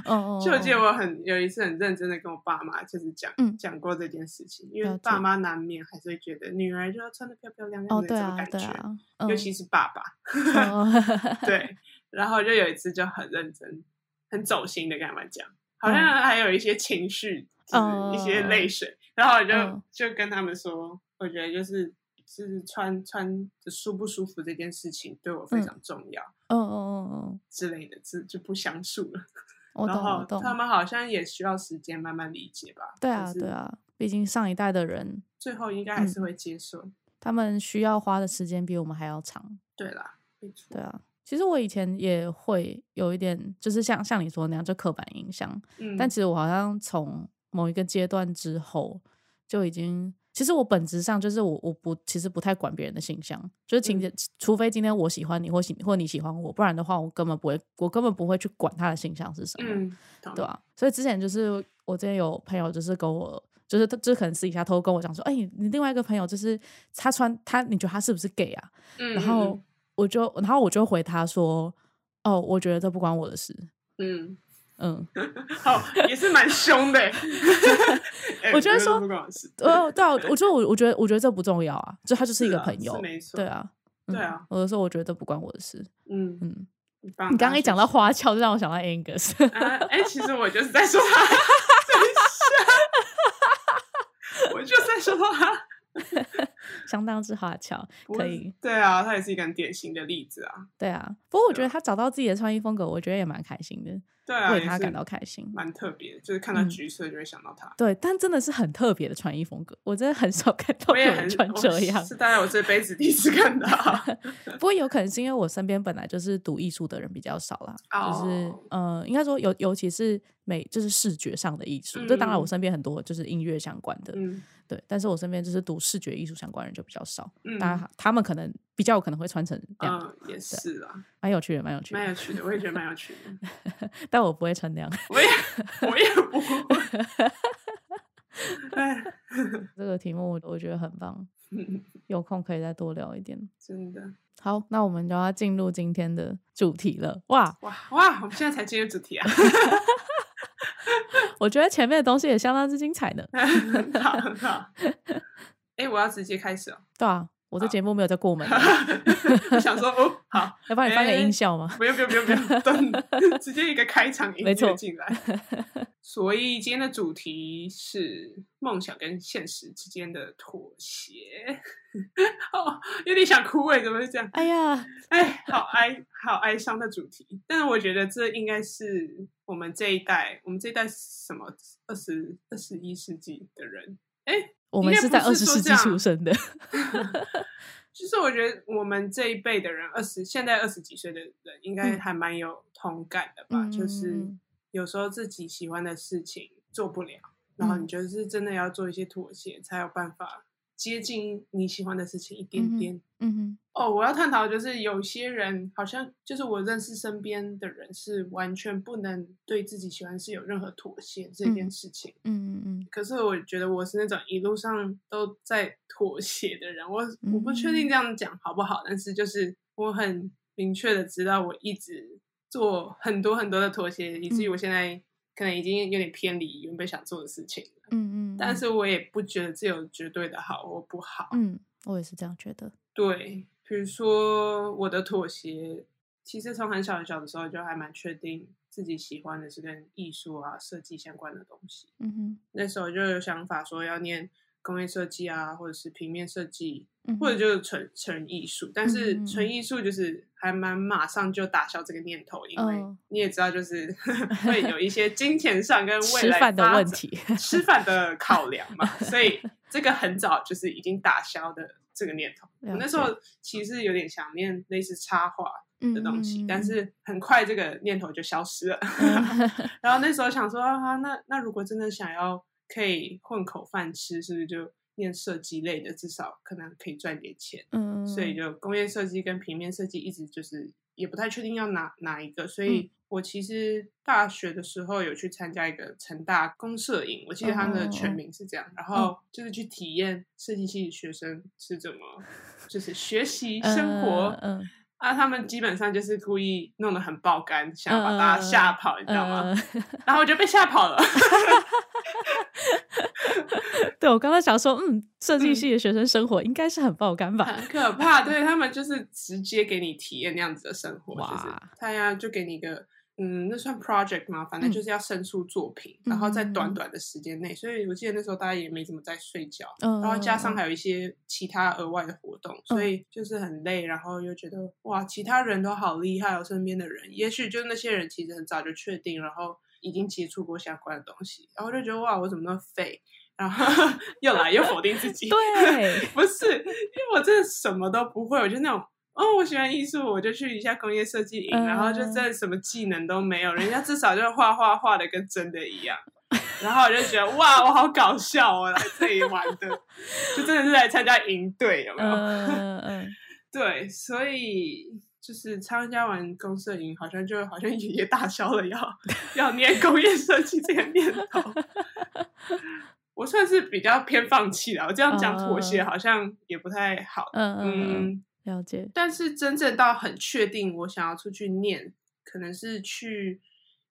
S2: 嗯，嗯，
S1: 就我记得
S2: 嗯
S1: 我很有一次很认真的跟我爸妈就是讲、
S2: 嗯
S1: 讲过这件事情，因
S2: 了
S1: 为
S2: 解
S1: 爸妈难免还是会觉得女儿就要穿的漂漂亮亮
S2: 哦，
S1: 的，
S2: 对
S1: 这种
S2: 啊
S1: 感，觉，
S2: 对啊，嗯
S1: 尤其是爸爸，
S2: 嗯嗯
S1: 对，然后就有一次就很认真、很走心的跟他们讲，好
S2: 嗯
S1: 像还有一些情绪，就是一些泪水，然后我就、
S2: 哦嗯
S1: 就跟他们说，我觉得就是就是穿穿的舒不舒服这件事情对我非常重要、
S2: 嗯嗯 嗯，
S1: 之类的，就就不详述了。
S2: 我
S1: 然
S2: 懂我
S1: 后
S2: 懂，
S1: 他们好像也需要时间慢慢理解吧，
S2: 对
S1: 就
S2: 啊嗯
S1: 是
S2: 对啊，毕竟上一代的人，
S1: 最后应该还是会接受。
S2: 他们需要花的时间比我们还要长，
S1: 对啦，没错，
S2: 对啊，其实我以前也会有一点，就是像像你说的那样，就刻板印象。
S1: 嗯，
S2: 但其实我好像从某一个阶段之后，就已经，其实我本质上就是我我不其实不太管别人的形象，就是
S1: 嗯
S2: 情节，除非今天我喜欢你或喜或你喜欢我，不然的话我根本不会，我根本不会去管他的形象是什么。
S1: 嗯，懂
S2: 对啊，所以之前就是我之前有朋友就是跟我，就是他就是可能私底下偷偷跟我讲说，哎、你你另外一个朋友就是他穿他，你觉得他是不是 gay 啊？
S1: 嗯，
S2: 然后我就然后我就回他说，哦，我觉得这不关我的事，
S1: 嗯，嗯
S2: 嗯，
S1: 好，也是蛮凶 的欸。哎
S2: 我觉得说
S1: 不管是
S2: 呃，对啊，我就我我觉得我觉得这不重要啊，就他就是一个
S1: 啊
S2: 朋友
S1: 是，没错。
S2: 对，啊。嗯
S1: 对啊，
S2: 我就说我觉得这不关我的事。
S1: 嗯，
S2: 嗯，
S1: 你刚
S2: 你刚刚一讲到， 花俏，就让我想到 Angus。
S1: 啊哎，其实我就是在说他，等一下，啊 我就在说他，
S2: 相当之花俏，
S1: 不
S2: 可
S1: 是
S2: 以，
S1: 对啊，他也是一个很典型的例子啊，
S2: 对啊。不过我觉
S1: 对
S2: 得
S1: 啊
S2: 他找到自己的穿衣风格，我觉得也蛮开心的，
S1: 对啊，
S2: 为
S1: 也
S2: 他
S1: 是
S2: 感到开心。
S1: 蛮特别的，就是看到
S2: 嗯
S1: 橘色就会想到他。
S2: 对，但真的是很特别的穿衣风格，我真的很少 看到
S1: 我
S2: 有
S1: 也很
S2: 人穿
S1: 我
S2: 这样。
S1: 是大概我这辈子第一次看 到。
S2: 不过有可能是因为我身边本来就是读艺术的人比较少啦，就是
S1: 哦
S2: 呃，应该说尤尤其是美，就是视觉上的艺术。这、当然我
S1: 嗯
S2: 身边很多就是音乐相关的，
S1: 嗯
S2: 对，但是我身边就是读视觉艺术相关的人就比较少，
S1: 嗯
S2: 大家他们可能比较有可能会穿成那样，
S1: 嗯，也是啊，
S2: 蛮有趣的，蛮有趣
S1: 蛮
S2: 的，
S1: 有趣的，我也觉得蛮有趣 的，
S2: 但我不会穿那样。
S1: 我也我也不会。哎，
S2: 这个题目我我觉得很 棒，有空可以再多聊一点。
S1: 真的。
S2: 好，那我们就要进入今天的主题了。哇，
S1: 哇哇！我们现在才进入主题啊，
S2: 我觉得前面的东西也相当之精彩呢。
S1: 啊很好很 好。哎、我要直接开始哦。
S2: 对啊，我这节目没有在过门的，
S1: 我想说，哦，好，
S2: 要帮你放个
S1: 哎
S2: 音效吗？
S1: 不用不用不用不用，等直接一个开场音
S2: 没错
S1: 乐进来。所以今天的主题是梦想跟现实之间的妥协。 哦，有点想哭哎，怎么会这样？
S2: 哎呀，
S1: 哎，好哀，好哀伤的主题。但是我觉得这应该是我们这一代，我们这一代什么二十二十一世纪的人，哎，
S2: 我们
S1: 应该
S2: 是在
S1: 不
S2: 二
S1: 是
S2: 十
S1: 说
S2: 世纪
S1: 这样
S2: 出生的，
S1: 就是我觉得我们这一辈的人，二十现在二十几岁的人，应该
S2: 嗯
S1: 还蛮有同感的吧？
S2: 嗯
S1: 就是有时候自己喜欢的事情做不了，然后
S2: 嗯
S1: 你就是真的要做一些妥协，才有办法接近你喜欢的事情一点点。
S2: 嗯哼，
S1: 哦，我要探讨的就是有些人好像就是我认识身边的人是完全不能对自己喜欢是有任何妥协这件
S2: 嗯
S1: 事情。
S2: 嗯嗯
S1: 可是我觉得我是那种一路上都在妥协的人，我我不确定
S2: 嗯
S1: 这样讲好不好，但是就是我很明确的知道我一直做很多很多的妥协，以至
S2: 嗯
S1: 于我现在可能已经有点偏离原本想做的事情了。
S2: 嗯嗯嗯，
S1: 但是我也不觉得这有绝对的好或不好，
S2: 嗯，我也是这样觉得。
S1: 对，比如说我的妥协，其实从很小很小的时候就还蛮确定自己喜欢的是跟艺术啊、设计相关的东西。
S2: 嗯
S1: 那时候就有想法说要念工业设计啊，或者是平面设计，
S2: 嗯哼
S1: 或者就是纯纯艺术。但
S2: 嗯嗯
S1: 是
S2: 嗯
S1: 纯艺术就是还蛮马上就打消这个念头，因为
S2: 嗯
S1: 你也知道，就是 会有一些金钱上跟未
S2: 吃
S1: 来
S2: 饭的
S1: 发
S2: 问
S1: 展、
S2: 题，
S1: 吃饭的 考量嘛，所以这个很早就是已经打消的这个念头。
S2: 了
S1: 我那时候其实有点想念类似插画的
S2: 的
S1: 东西，
S2: 嗯
S1: 但是很快这个念头就消失了。 然后那时候想说啊，那那如果真的想要可以混口饭吃，是不是就念设计类的，至少可能可以赚点钱。
S2: 嗯，
S1: 所以就工业设计跟平面设计一直就是也不太确定要哪哪一个，所
S2: 嗯
S1: 以我其实大学的时候有去参加一个成大公社营，我记得它的
S2: 哦
S1: 全名是这样，然
S2: 嗯
S1: 后就是去体验设计系学生是怎么就是学习生活。
S2: 嗯，嗯
S1: 啊，他们基本上就是故意弄得很爆肝，想要把大家吓跑，你知道吗？
S2: 嗯
S1: 然后我就被吓跑了。
S2: 呃 对我刚刚想说，嗯，设计
S1: 嗯
S2: 系的学生生活应该是很爆肝吧？
S1: 很可怕，对他们就是直接给你体验那样子的生活，
S2: 哇
S1: 就是他呀就给你一个嗯，那算 project 吗？反正
S2: 嗯
S1: 就是要生出作品，
S2: 嗯
S1: 然后在短短的时间内，所以我记得那时候大家也没怎么在睡觉，
S2: 嗯，
S1: 然后加上
S2: 嗯
S1: 还有一些其他额外的活动，所以就是很累，然后又觉得哇，其他人都好厉害哦，身边的人，也许就是那些人其实很早就确定，然后已经接触过相关的东西，然后就觉得哇，我怎么那么废，然后 又来又否定自己，
S2: 对
S1: 不是，因为我真的什么都不会，我就那种。哦，我喜欢艺术，我就去一下工业设计营，然后就
S2: 嗯
S1: 真的什么技能都没有，人家至少就是画画画的跟真的一样，然后我就觉得哇，我好搞笑哦，来这里玩的，就真的是来参加营队，有没有？
S2: 嗯嗯嗯，
S1: 对，所以就是参加完公社营，好像就好像也也打消了要 要念工业设计这个念头。我算是比较偏放弃了，我这样讲妥协
S2: 嗯
S1: 好像也不太好。
S2: 嗯嗯嗯，
S1: 嗯，
S2: 了解。
S1: 但是真正到很确定我想要出去念，可能是去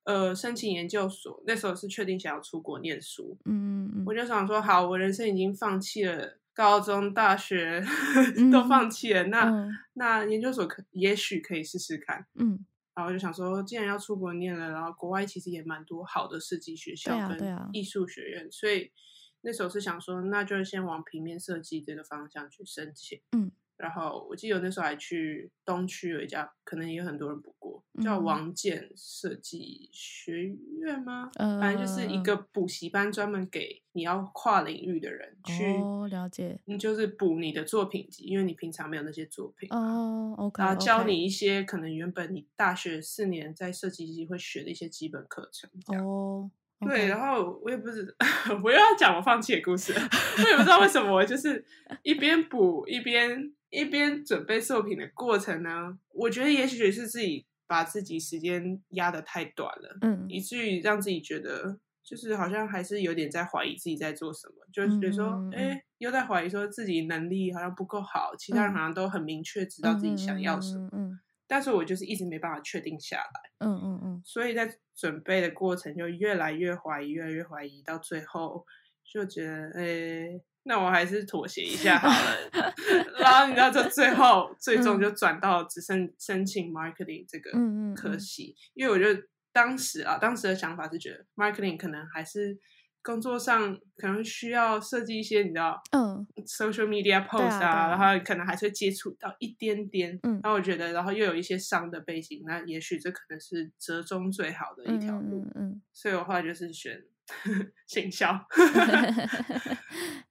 S1: 呃申请研究所，那时候是确定想要出国念书。
S2: 嗯嗯
S1: 我
S2: 嗯，
S1: 就想说，好，我人生已经放弃了高中、大学
S2: 嗯
S1: 都放弃了，那、
S2: 嗯
S1: 那研究所可也许可以试试看。
S2: 嗯，
S1: 然后我就想说，既然要出国念了，然后国外其实也蛮多好的设计学
S2: 对啊
S1: 校
S2: 对
S1: 跟
S2: 啊
S1: 艺术学院，所以那时候是想说，那就先往平面设计这个方向去申请。
S2: 嗯，
S1: 然后我记得我那时候还去东区有一家，可能也有很多人不过，叫
S2: 嗯
S1: 王建设计学院吗？
S2: 呃，
S1: 反正就是一个补习班，专门给你要跨领域的人去，
S2: 哦，了解。
S1: 你就是补你的作品集，因为你平常没有那些作品，
S2: 哦，OK，
S1: 然后教
S2: OK
S1: 你一些可能原本你大学四年在设计系会学的一些基本课程。这样
S2: 哦，
S1: 对，然后我也不知， 我又要讲我放弃的故事了，我也不知道为什么，我就是一边补一边一边准备作品的过程呢，我觉得也许是自己把自己时间压得太短了。
S2: 嗯
S1: 以至于让自己觉得就是好像还是有点在怀疑自己在做什么，就是觉得说
S2: 嗯嗯嗯，
S1: 哎、又在怀疑说自己能力好像不够好，其他人好像都很明确知道自己想要什么，
S2: 嗯
S1: 但是我就是一直没办法确定下来，
S2: 嗯嗯嗯
S1: 所以在准备的过程就越来越怀疑，越来越怀疑，到最后就觉得，哎、那我还是妥协一下好 了，然后你知道，就最后最终就转到只申申请 marketing 这个
S2: 嗯嗯嗯，
S1: 可惜，因为我觉得当时啊，当时的想法是觉得 marketing 可能还是工作上可能需要设计一些你知道
S2: 嗯
S1: social media
S2: 对
S1: post
S2: 啊对啊
S1: 然后可能还是会接触到一点点。
S2: 嗯
S1: 然后我觉得，然后又有一些商的背景，那也许这可能是折中最好的一条路。
S2: 嗯嗯，
S1: 所以我后来就是选 行销。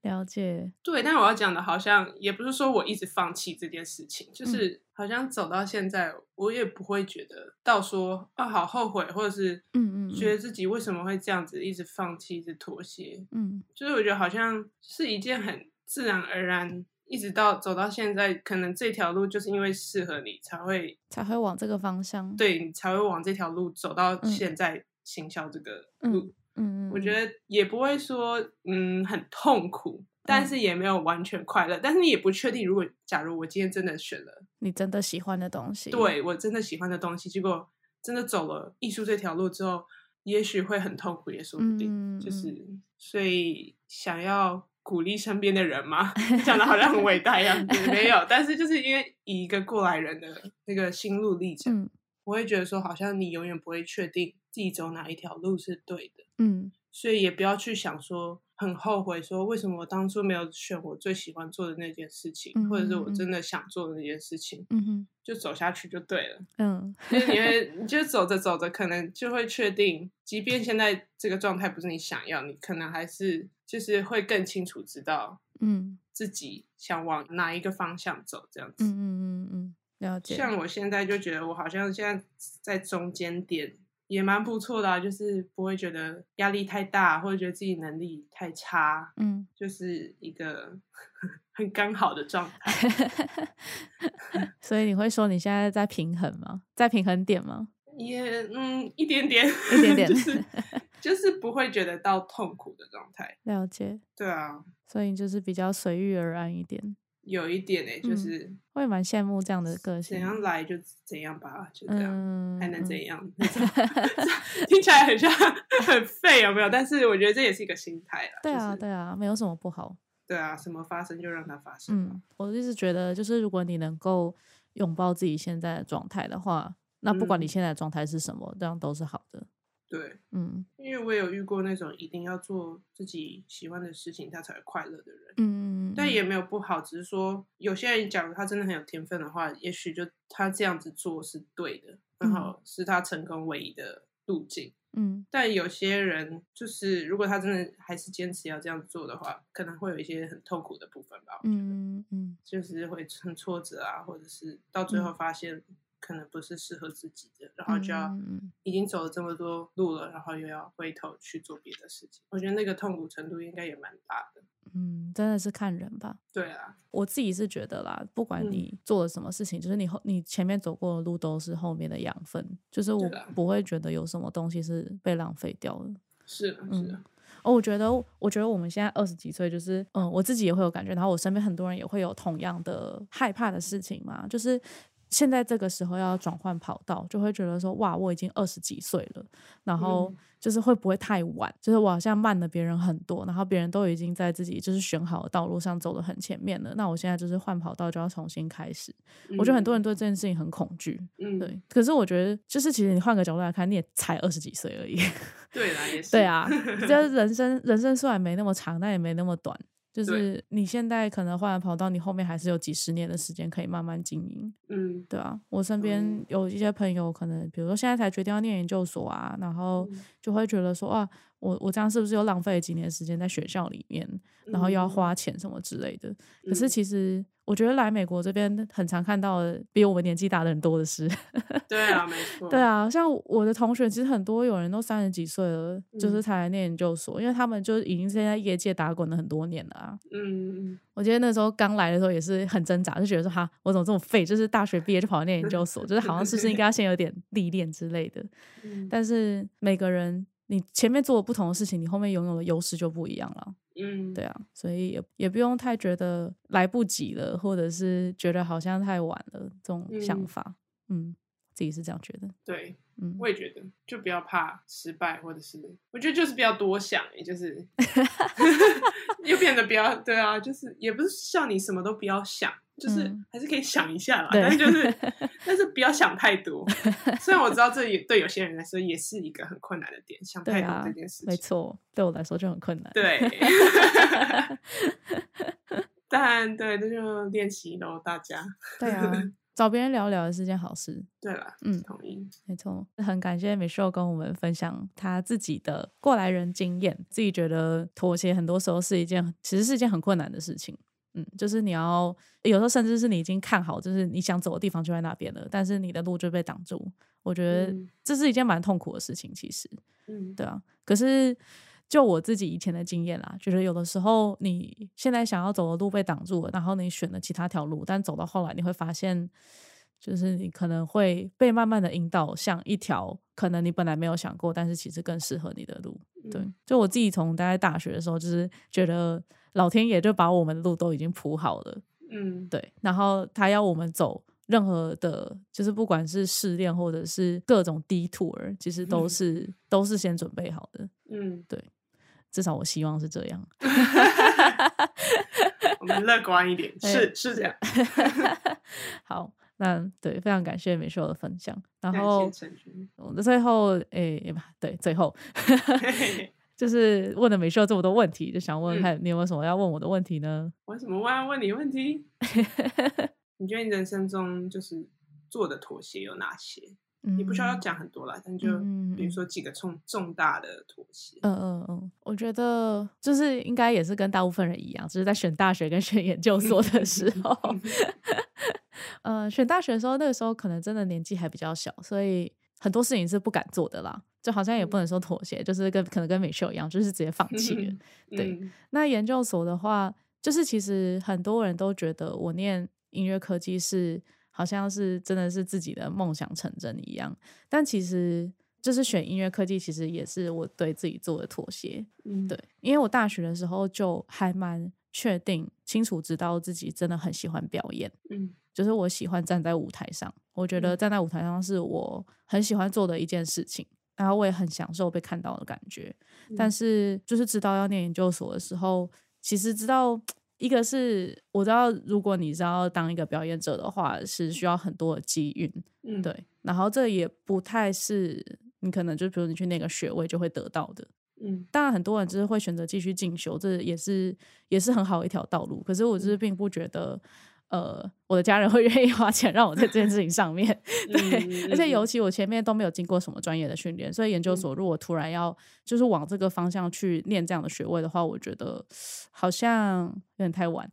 S2: 了解。
S1: 对，但我要讲的好像也不是说我一直放弃这件事情，
S2: 嗯
S1: 就是好像走到现在，我也不会觉得到说啊好后悔，或者是
S2: 嗯嗯嗯
S1: 觉得自己为什么会这样子一直放弃、一直妥协，
S2: 嗯
S1: 就是我觉得好像是一件很自然而然。一直到走到现在，可能这条路就是因为适合你，才会
S2: 才会往这个方向。，
S1: 对你才会往这条路走到
S2: 嗯
S1: 现在行销这个路。
S2: 嗯嗯，
S1: 我觉得也不会说嗯很痛苦，
S2: 嗯
S1: 但是也没有完全快乐。但是你也不确定，如果假如我今天真的选了
S2: 你真的喜欢的东西。
S1: 对我真的喜欢的东西，结果真的走了艺术这条路之后，也许会很痛苦，也说不定。
S2: 嗯，嗯，
S1: 就
S2: 嗯
S1: 是所以想要鼓励身边的人嘛，讲的好像很伟大一样，对没有。但是就是因为以一个过来人的那个心路历程，
S2: 嗯
S1: 我会觉得说，好像你永远不会确定自己走哪一条路是对的。
S2: 嗯
S1: 所以也不要去想说很后悔，说为什么我当初没有选我最喜欢做的那件事情，
S2: 嗯
S1: 或者是我
S2: 嗯嗯
S1: 真的想做的那件事情，
S2: 嗯哼，
S1: 就走下去就对了。
S2: 嗯
S1: 就是你会，你就走着走着，可能就会确定，即便现在这个状态不是你想要，你可能还是就是会更清楚知道
S2: 嗯
S1: 自己想往哪一个方向走，这样
S2: 嗯
S1: 子。
S2: 嗯嗯嗯，了解。
S1: 像我现在就觉得，我好像现在在中间点。也蛮不错的、啊，就是不会觉得压力太大，或者觉得自己能力太差，
S2: 嗯，
S1: 就是一个很刚好的状态。
S2: 所以你会说你现在在平衡吗？在平衡点吗？
S1: 也嗯，一点点，
S2: 一点点
S1: 就是就是不会觉得到痛苦的状态。
S2: 了解。
S1: 对啊，
S2: 所以你就是比较随遇而安一点，
S1: 有一点哎、
S2: 嗯
S1: 就是
S2: 我也蛮羡慕这样的个性
S1: 怎
S2: 的。
S1: 样来就怎样吧，就这样，
S2: 嗯，
S1: 还能
S2: 嗯
S1: 怎 样？那种听起来很像很废，有没有？但是我觉得这也是一个心态啦。
S2: 对
S1: 就
S2: 啊，
S1: 是
S2: 对啊，没有什么不好。
S1: 对啊，什么发生就让它发生吧。
S2: 嗯，我一直觉得，就是如果你能够拥抱自己现在的状态的话，那不管你
S1: 嗯
S2: 现在的状态是什么，这样都是好的。
S1: 对，
S2: 嗯
S1: 因为我有遇过那种一定要做自己喜欢的事情，他才会快乐的人。
S2: 嗯，
S1: 但
S2: 嗯
S1: 也没有不好，只是说有些人，假如他真的很有天分的话，也许就他这样子做是对的，然后是他成功唯一的路径。
S2: 嗯
S1: 但有些人就是，如果他真的还是坚持要这样做的话，可能会有一些很痛苦的部分吧。我觉得、
S2: 嗯嗯，
S1: 就是会很挫折啊，或者是到最后发现可能不是适合自己的，然后就要
S2: 嗯嗯
S1: 已经走了这么多路了，然后又要回头去做别的事情。我觉得那个痛苦程度应该也蛮大的。
S2: 嗯，真的是看人吧。
S1: 对啊，
S2: 我自己是觉得啦，不管
S1: 嗯
S2: 你做了什么事情，就是你后你前面走过的路都是后面的养分，就是我
S1: 啦
S2: 不会觉得有什么东西是被浪费掉的。
S1: 是啊
S2: 嗯
S1: 是啊，
S2: 哦，我觉得，我觉得我们现在二十几岁，就是嗯，我自己也会有感觉，然后我身边很多人也会有同样的害怕的事情嘛，就是现在这个时候要转换跑道，就会觉得说，哇，我已经二十几岁了，然后
S1: 嗯
S2: 就是会不会太晚？就是我好像慢了别人很多，然后别人都已经在自己就是选好的道路上走得很前面了，那我现在就是换跑道就要重新开始。嗯我觉得很多人对这件事情很恐惧，
S1: 嗯
S2: 对。可是我觉得，就是其实你换个角度来看，你也才二十几岁而已。
S1: 对啦，也是
S2: 对，啊，就是人生人生虽然没那么长，但也没那么短。就是你现在可能换了跑道，你后面还是有几十年的时间可以慢慢经营，
S1: 嗯
S2: 对啊。我身边
S1: 嗯
S2: 有一些朋友，可能比如说现在才决定要念研究所啊，然后
S1: 嗯
S2: 就会觉得说，哇，我我这样是不是又浪费了几年时间在学校里面，然后又要
S1: 嗯
S2: 花钱什么之类的？可是
S1: 嗯
S2: 其实我觉得来美国这边很常看到的，比我们年纪大的人多的是。
S1: 对啊，没错，
S2: 对，啊，像我的同学，其实很多有人都三十几岁了，就是
S1: 嗯
S2: 才来念研究所，因为他们就已经是在业界打滚了很多年了啊。
S1: 嗯嗯
S2: 我记得那时候刚来的时候也是很挣扎，就觉得说哈，我怎么这么废？就是大学毕业就跑来念研究所，就是好像是不是应该要先有点历练之类的。
S1: 嗯
S2: 但是每个人，你前面做了不同的事情，你后面拥有的优势就不一样了。
S1: 嗯，
S2: 对啊，所以也也不用太觉得来不及了，或者是觉得好像太晚了这种想
S1: 嗯
S2: 法。嗯自己是这样觉得。
S1: 对，
S2: 嗯，
S1: 我也觉得，就不要怕失败，或者是我觉得就是不要多想，也就是 又变得不要对啊，就是也不是叫你什么都不要想，就是
S2: 嗯
S1: 还是可以想一下啦，
S2: 对
S1: 但是就是 但是不要想太多。虽然我知道这也对有些人来说也是一个很困难的点，想
S2: 对
S1: 太多
S2: 啊
S1: 这件事
S2: 没
S1: 情，
S2: 错，对我来说就很困难。
S1: 对。但对，这就练习喽，大家。
S2: 对 啊，找别人聊聊也是件好事。
S1: 对了，
S2: 嗯
S1: 同意。
S2: 没错，很感谢 Michelle 跟我们分享她自己的过来人经验。自己觉得妥协很多时候是一件，其实是一件很困难的事情。嗯，就是你要有时候甚至是你已经看好，就是你想走的地方就在那边了，但是你的路就被挡住。我觉得
S1: 嗯
S2: 这是一件蛮痛苦的事情，其实。
S1: 嗯，
S2: 对啊，可是就我自己以前的经验啦，觉得有的时候你现在想要走的路被挡住了，然后你选了其他条路，但走到后来你会发现，就是你可能会被慢慢的引导向一条可能你本来没有想过，但是其实更适合你的路。对
S1: 嗯，
S2: 就我自己从大概大学的时候，就是觉得老天爷就把我们的路都已经铺好了，
S1: 嗯，
S2: 对，然后他要我们走任何的，就是不管是试炼或者是各种低 tour，其实都是都是先准备好的。
S1: 嗯，
S2: 至少我希望是这样。
S1: 我们乐观一 点，
S2: 哎
S1: 是是这样。
S2: 好，那对，非常感谢美秀的分享。然
S1: 感
S2: 后
S1: 谢陈君，
S2: 我的最后，诶、对，最后
S1: 嘿嘿
S2: 就是问了美秀这么多问题，就想
S1: 嗯
S2: 问看你有没有什么要问我的问题呢？
S1: 我怎么问问你问 题？你觉得你人生中就是做的妥协有哪些？
S2: 嗯，
S1: 你不需要讲很多啦，但就
S2: 嗯嗯
S1: 比如
S2: 嗯
S1: 说几个重重大的妥协。
S2: 嗯嗯嗯，我觉得就是应该也是跟大部分人一样，就是在选大学跟选研究所的时候，呃，选大学的时候，那个时候可能真的年纪还比较小，所以很多事情是不敢做的啦。就好像也不能说妥协，就是跟可能跟美秀一样，就是直接放弃了。对
S1: 嗯，
S2: 那研究所的话，就是其实很多人都觉得我念音乐科技是好像是真的是自己的梦想成真一样，但其实就是选音乐科技，其实也是我对自己做的妥协。
S1: 嗯，
S2: 对，因为我大学的时候就还蛮确定、清楚知道自己真的很喜欢表演，
S1: 嗯
S2: 就是我喜欢站在舞台上，我觉得
S1: 嗯
S2: 站在舞台上是我很喜欢做的一件事情，然后我也很享受被看到的感觉。但
S1: 嗯
S2: 是就是知道要念研究所的时候，其实知道一个是我知道，如果你是要当一个表演者的话，是需要很多的机运，
S1: 嗯，
S2: 对，然后这也不太是你可能就比如你去那个学位就会得到的。
S1: 嗯
S2: 当然，很多人就是会选择继续进修，这也是也是很好一条道路。可是我
S1: 嗯
S2: 就是并不觉得，呃，我的家人会愿意花钱让我在这件事情上面。对，
S1: 嗯
S2: 而且尤
S1: 嗯
S2: 其我前面都没有经过什么专业的训练，所以研究所如果突然要就是往这个方向去念这样的学位的话，我觉得好像有点太晚。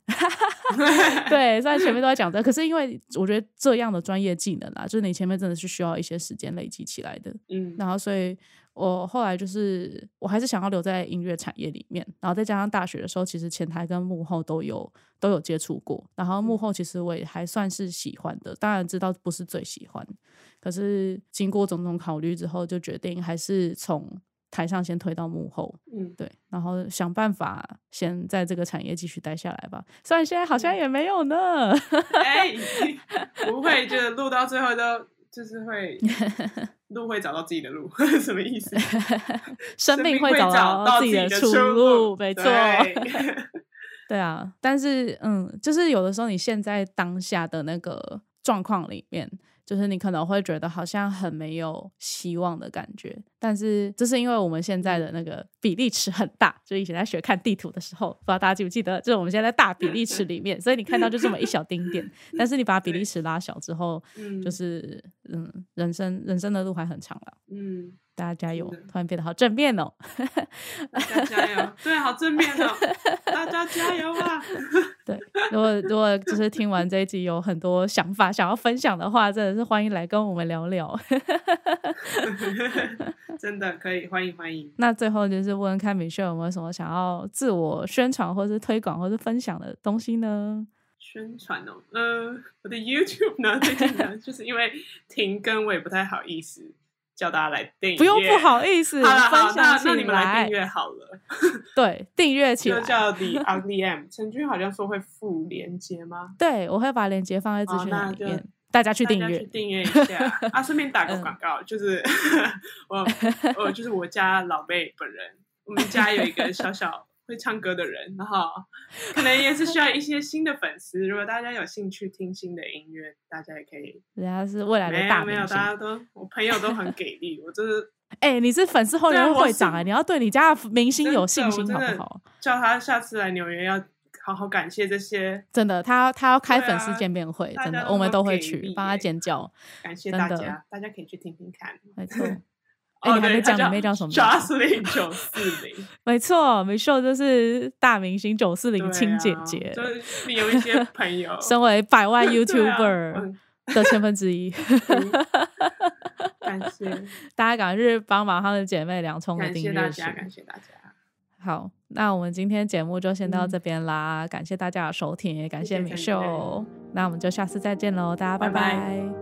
S2: 对，虽然前面都在讲这，可是因为我觉得这样的专业技能啊啦，就是你前面真的是需要一些时间累积起来的。
S1: 嗯
S2: 然后所以我后来就是我还是想要留在音乐产业里面，然后再加上大学的时候，其实前台跟幕后都有都有接触过，然后幕后其实我也还算是喜欢的，当然知道不是最喜欢，可是经过种种考虑之后，就决定还是从台上先推到幕后，
S1: 嗯，
S2: 对，然后想办法先在这个产业继续待下来吧，虽然现在好像也没有呢。
S1: 哎，不会，就是录到最后都就是 会路会找到自己的路，什么意思？
S2: 生命会
S1: 会
S2: 找
S1: 找
S2: 到
S1: 到
S2: 自己
S1: 己
S2: 的出
S1: 出
S2: 路没错
S1: 对
S2: 对啊，但是嗯，就是有的时候你现在当下的那个状况里面，就是你可能会觉得好像很没有希望的感觉，但是这是因为我们现在的那个比例尺很大，就以前在学看地图的时候，不知道大家记不记得，就是我们现在在大比例尺里面，所以你看到就这么一小 丁点，但是你把比例尺拉小之后，
S1: 嗯，
S2: 就是嗯，人生人生的路还很长了。
S1: 嗯，
S2: 大家加油
S1: 真！的
S2: 突然变得好正面哦。
S1: 大家加油， 对，好正面哦，大家加油啊！
S2: 对， 如果如果就是听完这一集有很多想法想要分享的话，真的是欢迎来跟我们聊聊。
S1: 真的可以，欢迎欢迎。
S2: 那最后就是问看米秀有没有什么想要自我宣传或是推广或是分享的东西呢？
S1: 宣传哦，呃，我的 YouTube 呢，最近 呢，就是因为停更，我也不太好意思叫大家来订阅，
S2: 不用不好意思，
S1: 好了好，
S2: 分享
S1: 那
S2: 起
S1: 那你们来订阅好了，
S2: 对，订阅起
S1: 就
S2: 来。
S1: 叫 The Ugly M。陈军好像说会附链接吗？
S2: 对，我会把链接放在资
S1: 好
S2: 讯
S1: 哦那
S2: 栏里
S1: 就
S2: 面，大家去
S1: 大
S2: 订
S1: 家去
S2: 阅。嗯
S1: 订阅一下啊！顺便打个广告，就是 我我就是我家老妹本人，我们家有一个小小会唱歌的人，然后可能也是需要一些新的粉丝。如果大家有兴趣听新的音乐，大家也可以
S2: 人家是未来
S1: 没
S2: 的
S1: 有
S2: 大
S1: 没
S2: 明
S1: 有，大
S2: 星。
S1: 家都我朋友都很给力，我就是
S2: 哎、你是粉丝后
S1: 对
S2: 援
S1: 啊我
S2: 会
S1: 是
S2: 长哎、你要对你家的明星
S1: 真
S2: 有
S1: 的
S2: 信
S1: 我
S2: 心
S1: 真
S2: 好不
S1: 的
S2: 好？
S1: 叫他下次来纽约要好好感谢这些，
S2: 真的，他他要开
S1: 对
S2: 粉丝
S1: 啊
S2: 见面会，
S1: 大
S2: 真
S1: 家
S2: 的，
S1: 都
S2: 我们
S1: 很
S2: 都会
S1: 给
S2: 去
S1: 力
S2: 帮他
S1: 耶
S2: 尖叫，
S1: 感谢
S2: 真
S1: 大
S2: 的
S1: 家，大家可以去听听看。
S2: 没错。哎、
S1: 哦，
S2: 你还
S1: 对
S2: 没
S1: 他
S2: 讲你妹叫什么名字？
S1: ？Jocelyn 九四 零，
S2: 没错，美秀就是大明星九四零
S1: 对
S2: 亲姐
S1: 啊
S2: 姐，，
S1: 就是你有一些朋友
S2: 身为百万
S1: 对啊
S2: YouTuber
S1: 嗯
S2: 的千分之一，
S1: 感谢
S2: 大家赶快去帮忙她的姐妹梁冲的
S1: 感
S2: 订
S1: 谢大
S2: 阅数。
S1: 家，感谢大家，
S2: 好，那我们今天节目就先到
S1: 嗯
S2: 这边啦，感谢大家的收听，也感
S1: 谢
S2: 谢
S1: 谢
S2: 美
S1: 陈
S2: 秀，那我们就下次再见喽，大家
S1: 拜拜
S2: 拜